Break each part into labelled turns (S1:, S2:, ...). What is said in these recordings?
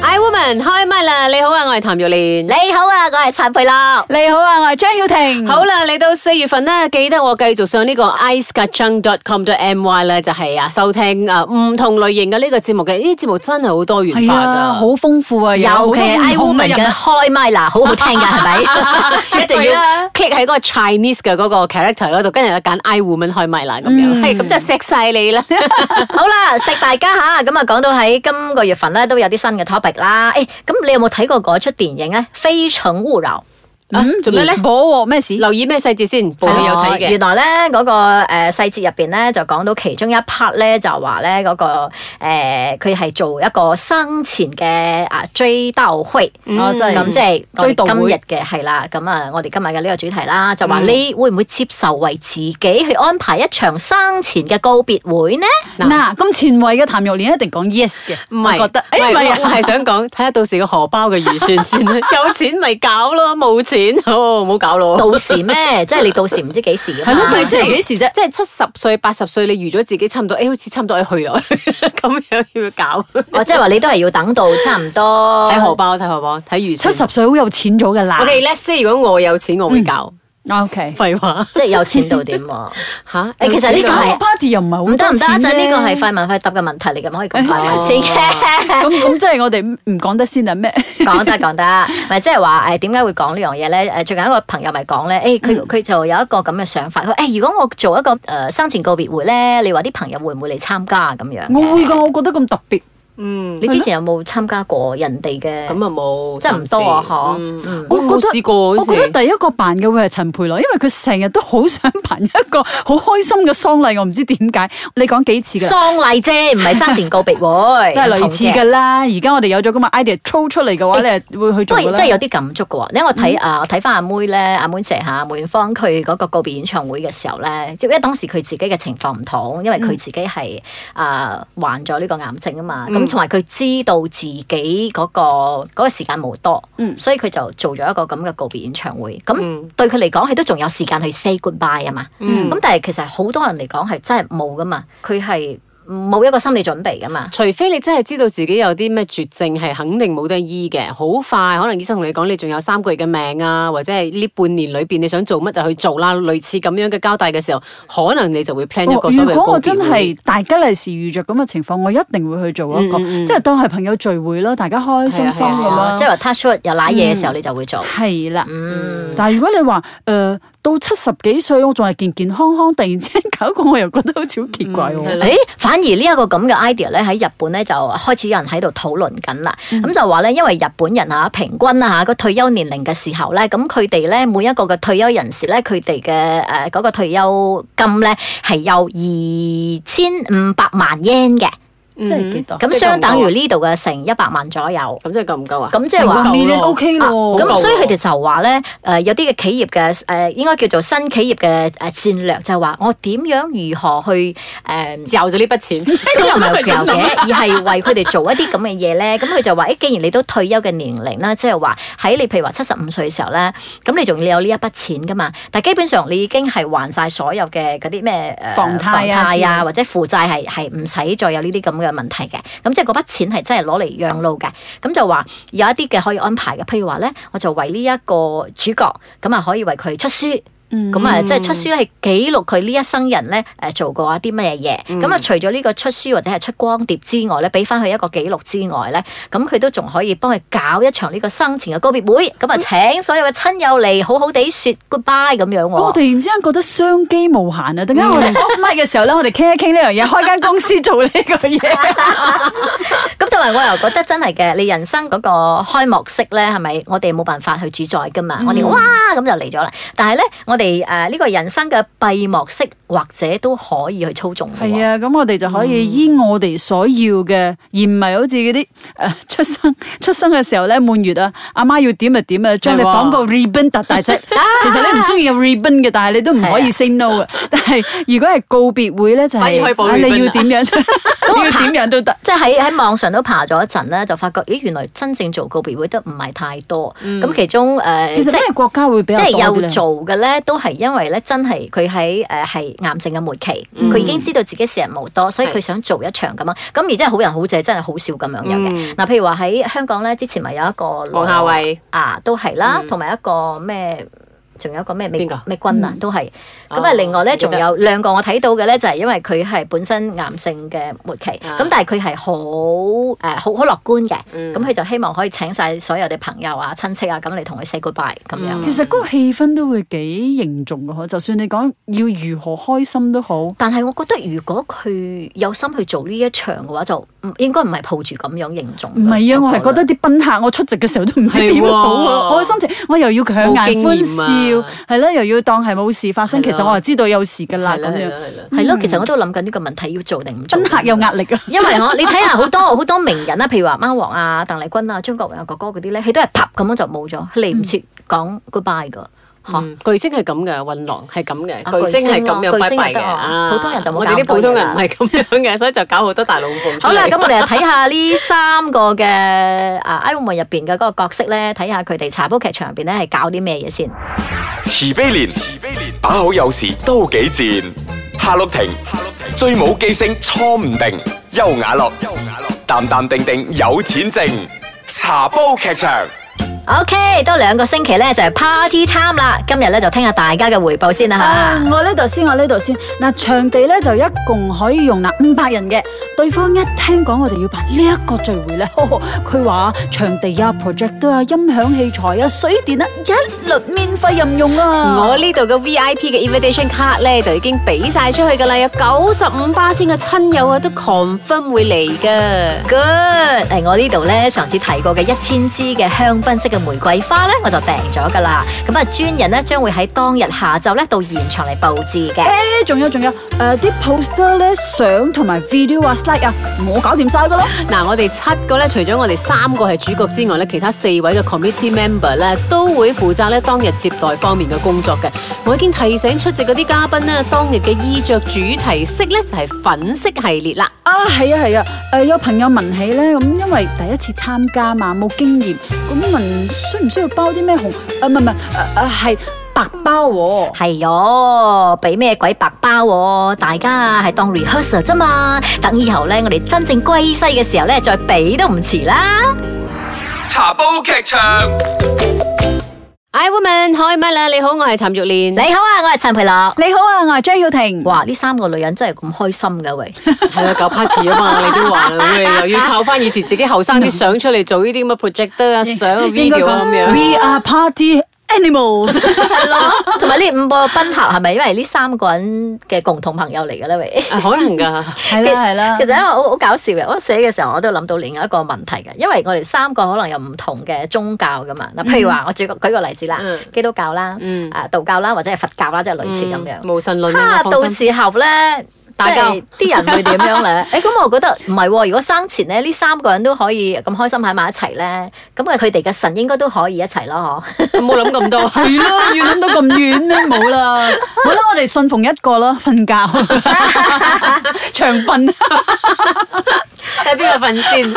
S1: Iwoman 開唛啦！你好啊，我係譚玉蓮。
S2: 你好啊，我係陳佩樂。
S3: 你好啊，我係張曉婷。
S1: 好啦，嚟到四月份咧，記得我繼續上呢個 icekacang.com.my 咧，就係啊收聽啊唔同類型嘅呢個節目嘅，呢啲節目真係好多元
S3: 係
S1: 化
S3: 啊，好
S1: 噶。
S3: 豐富啊，
S2: 尤
S3: 好多唔
S2: 其 I
S3: 同
S2: Woman 嘅
S3: 人啊
S2: 開麥啦，好好聽 噶，係咪？
S1: 一
S2: 一
S1: 定
S2: 定
S1: 要
S2: 要
S3: 啊
S1: click 喺嗰個 Chinese 嘅嗰個 character 嗰度，跟住就揀 I woman 開麥啦咁樣，係咁就錫晒你啦。
S2: 好啦，食大家吓，咁啊講到喺今個月份咧都有啲新嘅 topic 啦。誒，咁你有冇睇過嗰出電影咧《非誠勿擾》？
S3: 哦
S1: 啊
S3: 嗯
S1: 做咩咧？
S3: 冇喎，咩事？
S1: 留意咩細節先？部你有睇
S2: 哦
S1: 嘅
S2: 原。來咧嗰、個誒細節入邊咧就講到其中一 part 咧就話咧嗰個誒佢係做一個生前嘅啊追悼會，
S3: 哦真係
S2: 咁即係我
S3: 追悼
S2: 哋今
S3: 會嗯
S2: 日嘅係啦，咁啊我哋今日嘅呢個主題啦，就話你會唔會接受為自己去安排一場生前嘅告別會呢？
S3: 嗱，咁前衛嘅譚玉蓮一定講 yes 嘅，
S1: 唔係，
S3: 我覺得，
S1: 唔係
S3: 誒唔
S1: 我
S3: 係
S1: 我
S3: 啊，
S1: 係想講睇下到時個荷包嘅預算先 啦。有錢咪搞咯，冇錢 哦，唔好搞咯。
S2: 到時 咩？即係你到時唔知幾時㗎嘛
S3: 係咯，對先係幾時啫？
S1: 即係七十歲、八十歲，你預咗自己差唔多，哎誒、好似差唔多要去啦， 咁樣要搞。
S2: 哦，即係話你都係要等到差唔多
S1: 睇荷包，睇荷包，睇預
S3: 七
S1: 算。
S3: 十歲好有錢咗㗎啦。
S1: O K，let's say 如果我有錢，我會搞。
S3: O K，
S1: 嗯廢話嗯
S2: 即係有錢到點 喎？
S1: 吓，
S2: 誒其實呢
S3: 你
S2: 個
S3: 搞
S2: 係
S3: 個 party 又唔係好
S2: 唔得唔得，
S3: 就
S2: 就呢個係快問快答嘅問題嚟嘅，唔可以咁 快問先嘅。
S3: 咁咁，即係我哋唔唔講得先啊咩？
S2: 講得講得，咪即係話誒點解會講呢樣嘢咧？誒最近一個朋友咪講咧，誒
S3: 嗯
S2: 佢佢就有一個咁嘅想法，佢話誒如果我做一個誒、呃生前告別會咧，你話啲朋友會唔會嚟參加啊咁樣嘅？
S3: 我會㗎，我覺得咁特別。
S1: 嗯，
S2: 你之前有冇參加過人哋嘅？
S1: 咁啊冇，
S2: 真係唔多啊
S1: 暫時
S2: 嗬
S1: 嗯
S2: 嗯
S1: 我冇試過
S3: 我
S1: 好似，
S3: 覺得第一個扮嘅會係陳佩樂，因為佢成日都好想扮一個好開心嘅喪禮，我唔知點解。你講幾次㗎啦？
S2: 喪禮啫，唔係生前告別 會，
S3: 即係類似㗎
S2: 唔
S3: 啦。而家我哋有咗咁嘅 idea 抽出嚟嘅話，你係會去做
S2: 同嘅。不
S3: 㗎
S2: 過
S3: 啦
S2: 真係。有啲感觸嘅喎，因為我睇啊，我睇翻阿妹咧，阿妹姐嚇梅艷芳佢嗰個告別演唱會嘅時候咧，即係因為當時佢自己嘅情況唔同，因為佢自己係啊患咗呢個癌症啊嘛，咁同埋佢知道自己嗰個嗰個時間冇多，
S3: 嗯
S2: 所以佢就做咗一個咁嘅告別演唱會。咁
S1: 嗯
S2: 對佢嚟講，佢都仲有時間去 say goodbye 啊嘛。
S1: 嗯
S2: 咁但係其實好多人嚟講係真係冇噶嘛，佢係冇一個心理準備噶嘛。
S1: 除非你真係知道自己有啲咩絕症係肯定冇得醫嘅，好快可能醫生同你講你仲有三個月嘅命啊，或者係呢半年裏邊你想做乜就去做啦，類似咁樣嘅交代嘅時候，可能你就會 plan 一個所謂
S3: 哦如
S1: 嘅
S3: 果
S1: 告
S3: 我真
S1: 別會
S3: 係大家利是遇着咁嘅情況，我一定會去做一個，
S1: 嗯嗯嗯
S3: 即係當係朋友聚會啦，大家開開心心
S1: 係啊
S3: 咁
S2: 哦
S3: 啦
S2: 即係。話 touch wood 有揦嘢嘅時候你就會做。
S3: 係啦，
S2: 嗯，
S3: 但係如果你話誒、呃到七十幾歲，我仲係健健康康，突然之間搞個，我又覺得好似好奇怪
S1: 嗯係
S3: 喎。
S1: 啦
S2: 誒，反而呢一個咁嘅 idea 咧，喺日本咧就開始有人喺度討論緊啦。
S3: 嗯
S2: 咁、就話咧，因為日本人啊，平均啊嚇個退休年齡嘅時候咧，咁佢哋咧每一個嘅退休人士咧，佢哋嘅誒嗰個退休金咧係有二千五百萬 yen 嘅，
S1: 嗯
S3: 真係幾多
S2: 咁相等於呢度嘅成一百萬左右。
S1: 咁即係夠唔夠啊？
S2: 咁即係話。
S1: 夠
S3: million
S1: 咯
S3: OK 咯，
S2: 咁
S1: 夠
S2: 所以
S1: 喎
S2: 佢哋就話咧，誒、有啲嘅企業嘅誒、應該叫做新企業嘅誒戰略，就係話我點樣如何去誒。
S1: 嚼咗呢筆錢，
S2: 咁又唔係教嘅，而係為佢哋做一啲咁嘅嘢咧。咁佢就話：，誒，既然你都退休嘅年齡啦，即係話喺你譬如話七十五歲嘅時候咧，咁你仲要有呢一筆錢噶嘛？但係基本上你已經係還晒所有嘅嗰啲咩誒
S3: 房貸啊
S2: 房貸
S3: 之類
S2: 啊或者負債係係唔使再有呢啲咁嘅問題嘅。咁即係嗰筆錢係真係攞嚟養老嘅。咁就話有一啲嘅可以安排嘅，譬如話咧，我就為呢一個主角咁啊，可以為佢出書。咁
S3: 嗯
S2: 啊，即係出書咧，係記錄佢呢一生人咧，誒做過啲乜嘢
S3: 嗯
S2: 嘢。咁啊，除咗呢個出書或者係出光碟之外咧，俾翻佢一個記錄之外咧，咁佢都仲可以幫佢搞一場呢個生前嘅告別會。咁啊，
S3: 嗯
S2: 請所有嘅親友嚟，好好地説 goodbye 咁樣
S3: 我突
S2: 喎。
S3: 然之間覺得商機無限啊！點解我哋 off mic 嘅時候咧，我哋傾一傾呢樣嘢，開間公司做呢個嘢，
S2: 咁同埋我又覺得真係嘅，你人生嗰個開幕式咧，係咪我哋冇辦法去主宰噶
S3: 嗯
S2: 嘛？我哋哇咁就嚟咗啦。但係咧，我哋誒呢個人生嘅閉幕式或者都可以去操縱嘅喎
S3: 係啊，咁我哋就可以依我哋所要嘅，而唔係好似嗰啲 誒出生出生嘅時候咧滿月啊，阿媽要點就點啊，將你
S1: 係喎
S3: 綁個 ribbon 特大隻。其實你唔中意有 ribbon 嘅，但係你都唔可
S2: 係
S3: 以
S2: 啊
S3: say no 啊。但係如果係告別會咧，就
S1: 反而
S3: 係
S1: 可以綁
S3: 啊
S1: ribbon
S3: 你要
S1: 啊
S3: 點樣？
S2: 咁咁啊我
S3: 要點
S2: 爬。
S3: 樣都得。
S2: 即係喺喺網上都爬咗一陣咧，就發覺咦，原來真正做告別會得唔係太多。咁、其中誒，呃
S3: 嗯其
S2: 即
S3: 實
S2: 係
S3: 咩國家會比
S2: 即
S3: 較
S2: 係
S3: 多啲
S2: 有
S3: 咧？
S2: 做嘅咧，都係因為咧，真係佢喺誒係癌症嘅末期，
S3: 嗯
S2: 佢已經知道自己時日無多，所以佢想做一場咁樣。啊咁而真係好人好姐真係好少咁樣有嘅。
S1: 嗯
S2: 嗱，譬如話喺香港咧，之前咪有一個羅
S1: 黃夏慧
S2: 啊，都係啦，
S1: 嗯
S2: 同埋一個咩？仲有一個咩美
S1: 邊個嗯
S2: 美軍啊，都係咁啊！
S1: 哦
S2: 另外咧，
S1: 記
S2: 仲
S1: 得
S2: 有兩個我睇到嘅咧，就係因為佢係本身癌症嘅末期，
S1: 啊
S2: 咁但係佢係好誒好好樂觀嘅，
S1: 嗯
S2: 咁佢就希望可以請晒所有嘅朋友啊、親戚啊，咁嚟同佢 say goodbye 咁樣。
S1: 嗯
S3: 其實嗰個氣氛都會幾凝重嘅嗬，就算你講要如何開心都好，
S2: 但係我覺得如果佢有心去做呢一場嘅話，就唔應該唔係抱住咁樣凝重。
S3: 唔係啊，我係覺得啲賓客我出席嘅時候都唔知點好啊，
S1: 係喎
S3: 我嘅心情我又要強
S1: 冇
S3: 顏
S1: 經
S3: 歡
S1: 驗啊
S3: 笑，係啦，又要當係冇事發生，
S1: 係
S3: 其
S1: 咯
S3: 實我係知道有事㗎啦咁樣，
S1: 樣。
S2: 係咯，
S3: 嗯
S2: 其實我都諗緊呢個問題要做定唔做。
S3: 賓客有壓力啊。
S2: 因為我你睇下好多 好多名人啦，譬如話貓王啊、鄧麗君啊、張國榮啊、哥哥嗰啲咧，佢都係啪咁樣就冇咗，佢嚟唔切講 goodbye 噶。嚇
S1: 嗯巨星係咁嘅，運浪係咁嘅，
S2: 啊
S1: 巨星係咁
S2: 巨星咯
S1: 樣拜
S2: 巨星
S1: 拜
S2: 就
S1: 嘅
S2: 得啊
S1: 啊
S2: 普通人就冇
S1: 我哋啲
S2: 搞咁多
S1: 普通人
S2: 嘢
S1: 唔係咁樣嘅， 所以就搞好多大龍鳳出嚟。
S2: 好啦，咁我 哋就睇下呢三個嘅啊 Iron Man 入邊嘅嗰個角色咧，睇下佢哋茶煲劇場入邊咧係搞啲咩嘢先。
S4: 慈悲蓮，慈悲蓮，把口有時都幾賤。夏綠庭，夏綠庭，最冇記性錯唔定。優雅樂，優雅樂，淡淡定定有錢剩。茶煲劇場。
S2: OK，多兩個星期咧就係 Party Time 啦，今日咧就聽下大家嘅回報先啦嚇。
S3: 啊！我呢度先，我呢度先。嗱，場地咧就一共可以容納五百人嘅。對方一聽講我哋要辦呢 一個聚會咧，佢話場地啊、project 啊、音響器材啊、水電啊，一律免費任用啊！
S1: 我呢度嘅 V I P 嘅 invitation card 咧就已經俾晒出去噶啦，有九十五巴仙嘅親友啊都 confirm 會嚟噶。
S2: Good，誒我呢度咧上次提過嘅一千支嘅香檳式嘅玫瑰花咧，我就訂咗噶啦。咁啊，專人咧將會喺當日下晝咧到現場嚟佈置嘅。
S3: 誒，仲有仲有，誒、啲 poster 咧、相同埋 video 啊、slide 啊，我搞掂晒噶咯。
S1: 嗱，我哋七個咧，除咗我哋三個係主角之外咧，其他四位嘅 committee member 咧都會負責咧當日接待方面嘅工作嘅。我已經提醒出席嗰啲嘉賓咧，當日嘅衣着主題色咧就係粉色系列啦。
S3: 啊，係啊係啊，誒、有朋友問起咧，咁因為第一次參加嘛，冇經驗，咁問需唔需要包啲咩紅？啊唔係唔係，誒誒係白包喎、
S2: 係喲，俾咩鬼白包喎、大家啊係當 rehearsal 啫嘛，等以後咧我哋真正歸西嘅時候咧，再俾都唔遲啦。
S4: 茶煲劇場。
S1: I woman 開唛啦！你好，我係譚玉
S2: 你
S1: 蓮。
S2: 好啊，我係陳培樂。
S3: 你好啊，我係張曉婷。
S2: 哇！呢三個女人真係咁開心噶喂，
S1: 係啊，搞 party 啊 嘛，你都話啦，喂又要抄翻以前自己後生啲相出嚟做呢啲咁嘅 projector 啊、相啊、
S3: 應該
S1: video 啊
S3: 講
S1: 咁樣。
S3: We are party animals。
S2: 係咯，同埋呢五個賓客係咪因為呢三個人嘅共同朋友嚟嘅咧喂？
S1: 啊可能㗎。
S3: 係啦係啦
S1: 啊
S2: 其實。咧，我好搞笑嘅，我寫嘅時候我都諗到另一個問題嘅，因為我哋三個可能有唔同嘅宗教噶嘛。嗱，譬如話，我舉個舉個例子啦
S1: 嗯，
S2: 基督教啦，
S1: 嗯
S2: 啊道教啦，或者係佛教啦，即係類似咁
S1: 嗯
S2: 樣。
S1: 無神論啊
S2: 啊，，
S1: 放
S2: 到
S1: 心
S2: 時候咧，即
S1: 打交
S2: 係啲人會點樣咧？ 誒，咁我覺得唔係喎。如果生前咧，呢三個人都可以咁開心喺埋一齊咧，咁啊，佢哋嘅神應該都可以一齊咯，嗬。
S1: 冇諗 咁多。
S3: 係咯，要諗到咁遠咩？冇啦，好啦，我哋信奉一個啦，瞓 覺，長瞓。
S1: 睇邊個瞓先？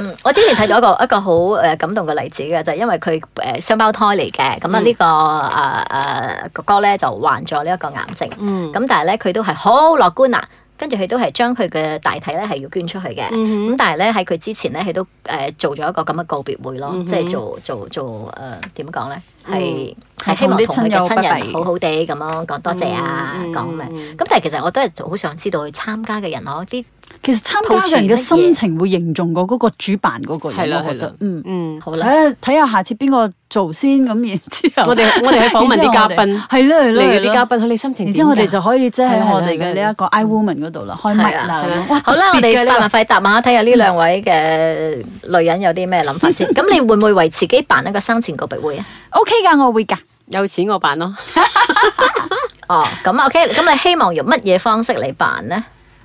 S2: 嗯我之前睇到一個一個好誒感動嘅例子嘅，就係因為佢誒雙胞胎嚟嘅，咁啊
S1: 嗯
S2: 呢個誒誒哥哥咧就患咗呢一個癌症，咁、
S1: 嗯
S2: 但係咧佢都係好樂觀啊，跟住佢都係將佢嘅大體咧係要捐出去嘅，咁、
S1: 嗯
S2: 但係咧喺佢之前咧佢都誒、呃做咗一個咁嘅告別會咯，
S1: 嗯哼
S2: 即係做做做誒點講咧，係係、
S3: 嗯
S2: 希望同佢
S3: 同啲親友
S2: 嘅親
S3: 拜拜
S2: 人好好地咁樣講多謝啊，
S1: 嗯嗯
S2: 講咩、
S1: 嗯
S2: 咁但係其實我都係好想知道佢參加嘅人嗬，啲
S3: 其實參加嘅人嘅心情會凝重過嗰個主辦嗰個
S1: 係啦
S3: 人，我覺
S1: 係
S3: 得
S1: 啦，
S3: 嗯。
S1: 嗯，
S2: 好
S3: 睇
S2: 啦，
S3: 下睇下下次邊個做先，咁然之後
S1: 我哋我哋去訪問啲嘉賓，
S3: 係啦係
S1: 你
S3: 啦
S1: 嘅
S3: 係
S1: 啲
S3: 啦
S1: 嘉。賓，佢哋心情點
S3: 然
S1: 㗎。
S3: 之後我哋就可以即係喺我
S1: 係啦
S3: 哋嘅
S1: 係啦
S3: 呢一個 I Woman 嗰度啦，開麥
S2: 係
S3: 啦
S1: 啊係啊。
S3: 哇
S2: 好啦，我
S3: 特別嘅呢
S2: 哋快
S3: 個
S2: 問快答下，睇下呢兩位嘅女人有啲咩諗法 先。咁你會唔會為自己辦一個生前告別會啊？
S3: OK 㗎，我會㗎。
S1: 有錢我辦咯。
S2: 哦，咁 OK，咁你希望用乜嘢方式嚟辦呢？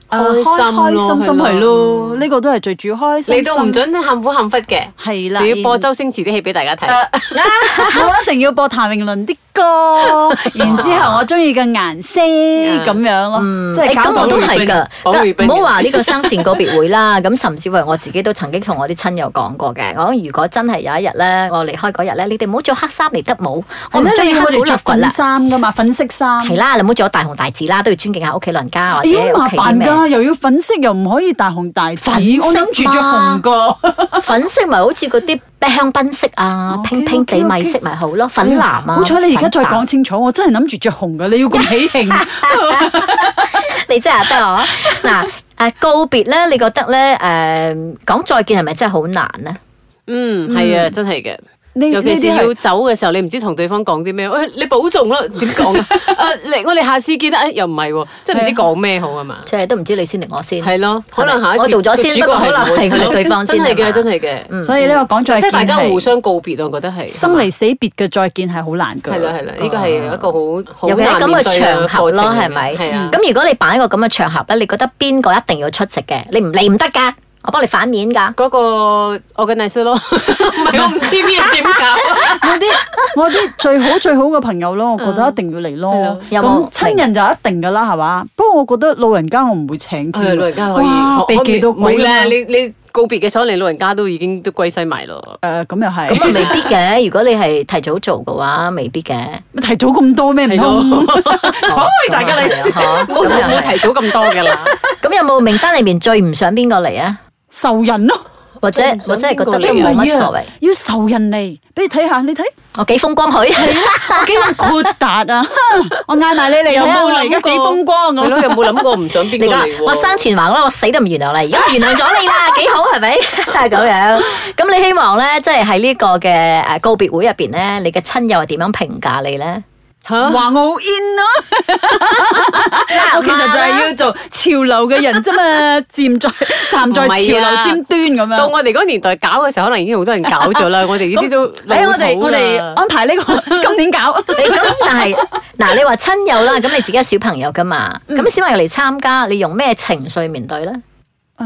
S3: 誒開
S1: 開
S3: 啊開
S1: 心咯
S3: 心心
S1: 係咯
S3: 係咯，呢個都係最主要開心心。
S1: 你都唔准喊苦喊忽嘅，
S3: 係啦，
S1: 仲要播
S3: 然啊
S1: 周星馳啲戲俾大家睇。
S3: 誒我一定要播譚詠麟啲歌 個，然之後我中意嘅顏色咁樣咯，
S1: 嗯
S3: 嗯即係
S2: 嗯誒
S3: 搞
S2: 咁
S3: 到
S2: 我都
S1: 會
S2: 係㗎
S1: 保護
S2: 咁
S1: 兵
S2: 唔好話呢個生前告別會啦。 咁甚至乎我自己都曾經同我啲親友講過嘅，我講如果真係有一日咧，我離開嗰日咧，你哋唔好着黑衫嚟得冇，我唔
S3: 係咧
S2: 中意
S3: 你
S2: 香
S3: 我哋
S2: 港立
S3: 着
S2: 裙啦
S3: 粉。衫噶嘛，粉色衫。
S2: 係啦，你唔好着大紅大紫啦，都要尊敬下屋企老人
S1: 啊
S2: 家或者
S3: 咦，好哎
S2: 屋
S3: 麻
S2: 企啲
S3: 煩
S2: 咩。
S3: 㗎，又要粉色，又唔可以大紅大紫。
S2: 粉色
S3: 我諗住着紅㗎，
S2: 粉色咪好似嗰啲碧香檳色啊、
S3: OK，
S2: 拼拼地
S3: OK，OK
S2: 米色咪好咯，粉藍啊。
S3: 好彩你而家再
S2: 粉白
S3: 講清楚，我真係諗住着紅㗎，你要 咁喜慶。
S2: 你真係得我嗱。誒告別咧，你覺得咧誒、講再見係咪真係好難咧？
S1: 嗯，係啊，真係嘅。
S3: 呢
S1: 尤其是
S3: 呢啲係
S1: 要走嘅時候，你唔知同對方講啲咩，喂、你保重啦，點講 啊？啊嚟我哋下次見啦，哎又唔係喎，即係唔知講咩好啊嘛。
S2: 即係都唔知你先定我先。
S1: 係咯，可能下一次
S2: 我做咗先
S1: 個主角
S2: 不過可能係
S1: 係我
S2: 對方先
S1: 真係
S2: 係嘛
S1: 嘅，真係嘅。
S3: 所以呢個講再
S1: 嗯即
S3: 見
S1: 係大家
S3: 係
S1: 互相告別，我覺得係
S3: 生離死別嘅再見係好難㗎。
S1: 係啦係啦，呢個係一個好好
S2: 尤其喺
S1: 難
S2: 咁
S1: 面對
S2: 嘅場合
S1: 課程嚟
S2: 咯，
S1: 嘅
S2: 係咪？
S1: 係啊。
S2: 咁如果你擺一個咁嘅場合咧，你覺得邊個一定要出席嘅？你唔嚟唔得㗎，我幫你反面 㗎。
S1: 嗰個 organizer 咯，唔 係我唔知呢嘢點搞。
S3: 我啲我啲最好最好嘅朋友咯，我覺
S1: 嗯
S3: 得一定要嚟咯。
S2: 有冇
S3: 咁親人就一定噶啦，係嘛？不過我覺得老人家我唔會
S1: 係
S3: 請添。
S1: 老人家可以
S3: 哇
S1: 可
S3: 避忌到鬼
S1: 冇
S3: 啦
S1: 咧，。你你告別嘅時候，你老人家都已經 都歸西埋咯。
S3: 誒咁又係
S2: 咁啊，未必嘅。如果你係提早做嘅話，未必嘅。
S1: 啊
S3: 提早咁多咩唔通？
S2: 所以大家嚟先，嗬
S1: 冇
S2: 咁又
S1: 冇
S2: 係
S1: 提早咁多㗎啦。
S2: 咁有冇名單裏面最唔想邊個嚟啊？
S3: 仇人咯，
S2: 或者
S1: 最唔想
S2: 或者係覺
S1: 邊個
S2: 得
S1: 嚟
S2: 都
S1: 啊
S2: 冇乜
S3: 係
S2: 所謂
S3: 啊。，要仇人嚟俾你睇下，你睇
S2: 我幾風光佢，
S1: 啊
S3: 我幾咁豁達 啊！我嗌埋你嚟睇下，我而家幾風光
S1: 係咯，
S3: 咁。
S1: 有冇諗過唔想邊個
S2: 你
S1: 嚟
S2: 講
S1: 喎？
S2: 我生前話啦，我死都唔原諒 啦，而家我原諒咗你啦，幾好係咪？啊咁樣，咁你希望咧，即係喺呢個嘅誒告別會入邊咧，你嘅親友係點樣評價你咧？
S1: 嚇
S3: 話我好 in 咯，我其實就係要做潮流嘅人啫嘛，站在站在
S1: 唔係
S3: 潮
S1: 啊
S3: 流尖端咁樣。
S1: 到我哋嗰個年代搞嘅時候，可能已經好多人搞咗 啦。我哋呢啲都
S3: 咁哎我哋我哋安排呢個今年搞。
S2: 你咁 但係嗱，你話親友啦，咁你自己係小朋友噶嘛？
S1: 嗯
S2: 咁小朋友嚟參加，你用咩情緒面對咧？
S3: 啊，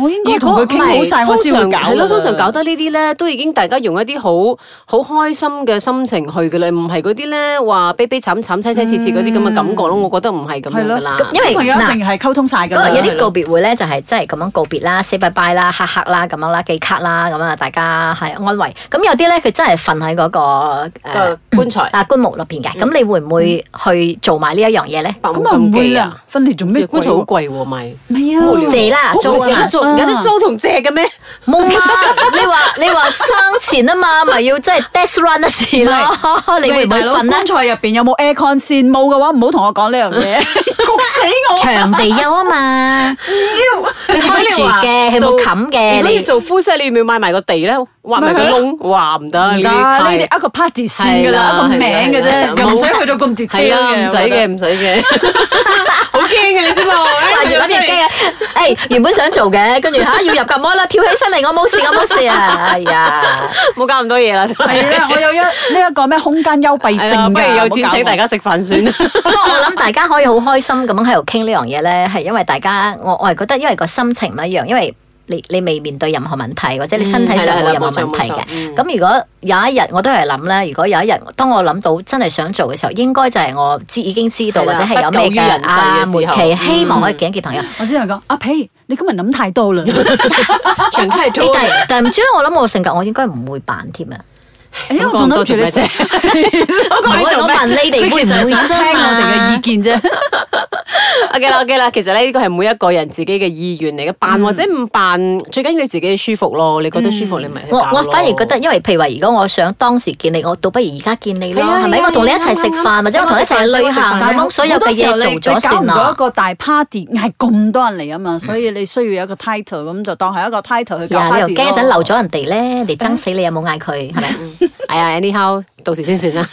S3: 我應
S1: 如
S3: 該同
S1: 果
S3: 佢傾好晒，我先會搞。
S1: 係咯，通常搞。得呢啲咧，都已經大家用一啲好好開心嘅心情去嘅啦，唔係嗰啲咧話悲悲慘慘、凄凄切切嗰啲咁嘅感覺咯。我覺得唔係咁樣
S3: 係咯
S1: 噶啦。
S2: 因為
S3: 小朋友一定係溝通晒㗎
S2: 嗰
S3: 啦。
S2: 日有啲
S1: 係
S2: 告
S1: 咯
S2: 別會咧，就係真係咁樣告別啦，say bye bye 啦，黑黑啦，咁樣啦，寄卡啦，咁啊，大家係安慰。咁有啲咧，佢真係瞓喺嗰個誒
S1: 個棺材
S2: 啊棺木入邊嘅。咁你會唔會去做埋呢一樣嘢咧？
S3: 咁啊唔會
S1: à?
S3: 啦，，分離做咩
S1: 咩
S3: 鬼
S1: 棺
S3: 喎？
S1: 材好貴喎，咪
S3: 唔係
S1: 好無
S3: 啊，
S1: 聊
S2: 借啦
S3: 好
S2: 租啊
S1: 有得
S2: 嘛
S1: 租有得租同借嘅咩？
S2: 冇啊！你話你話生前啊嘛，咪要真係 death run 一次 咯？ 你會唔會
S3: 大佬
S2: 瞓咧
S3: 棺？材入邊有冇 aircon 線？冇嘅話，唔好同我講呢樣嘢， 焗死我。
S2: 場地優啊嘛，佢開住 嘅，佢冇冚嘅，
S1: 如果要
S2: 你
S1: 做夫妻，你要唔要買埋個地咧？挖埋個窿，哇唔得呢
S3: 唔得，
S1: 啲
S3: 呢
S1: 太
S3: 啲一個 party 先㗎啦，一
S1: 係
S3: 個
S1: 啦
S3: 名嘅
S1: 係啦
S3: 啫，又唔使去到咁 detail
S1: 係啦，唔使嘅，唔使嘅，好驚嘅你知嘛？
S2: 話如 果你驚啊！誒，原本想做嘅，跟住吓要入咁安啦，跳起身嚟，我冇事，我冇事啊！哎呀，
S1: 冇搞咁多嘢啦。
S3: 係啦，我有一呢一個咩空間幽閉
S1: 係
S3: 症
S1: 啦
S3: 㗎，
S1: 不如有錢
S3: 唔好啊搞
S1: 請
S3: 我
S1: 大家食飯算啦。
S2: 不過我諗大家可以好開心咁樣喺度傾呢樣嘢咧，係因為大家我我係覺得因為個心情唔一樣，因為你你未面對任何問題，或者
S1: 嗯
S2: 你身體上冇任何問題嘅。咁如果有一日我都係諗咧，如果有一日當我諗到真係想做嘅時候，應該就係我知已經知道
S1: 係
S2: 或
S1: 啦
S2: 者係有咩
S1: 不久於人世嘅
S2: 啊
S1: 時候
S2: 末期，
S1: 嗯
S2: 希望可以見一見朋友。
S3: 我只能講，阿皮，你今日諗太 多啦。
S1: 長太
S2: 誒 但係但係唔知咧，我諗我性格我應該唔會扮添啊！
S3: 誒，哎我仲諗住你食，我
S2: 講你做咩啫
S3: 佢其實係想聽我哋嘅意見啫。
S1: OK 啦，OK 啦，其實咧呢個係每一個人自己嘅意願嚟嘅，扮或者唔扮，最緊要你自己舒服咯。你覺得舒服，你咪去
S2: 我
S1: 搞咯
S2: 我反而覺得，因為譬如話，如果我想當時見你，我倒不如而家見你咯，
S1: 係啊
S2: 係咪？
S1: 係啊
S2: 我同你一齊
S1: 係啊
S2: 食
S1: 啱
S2: 飯，
S1: 啱
S2: 或者我同你一齊去旅行，啊
S1: 啱
S2: 咁樣所有嘅嘢做咗啊算
S3: 你搞唔到一
S2: 啦。
S3: 個大 party，嗌咁多人嚟啊嘛，所以你需要有一個 title，咁就當係一個 title 去搞
S2: 呀，你又
S3: party
S2: 驚一陣
S3: 咯
S2: 留咗人哋咧，你憎死你有冇嗌佢係咪？
S1: 啊哎呀，anyhow，到時先算啦。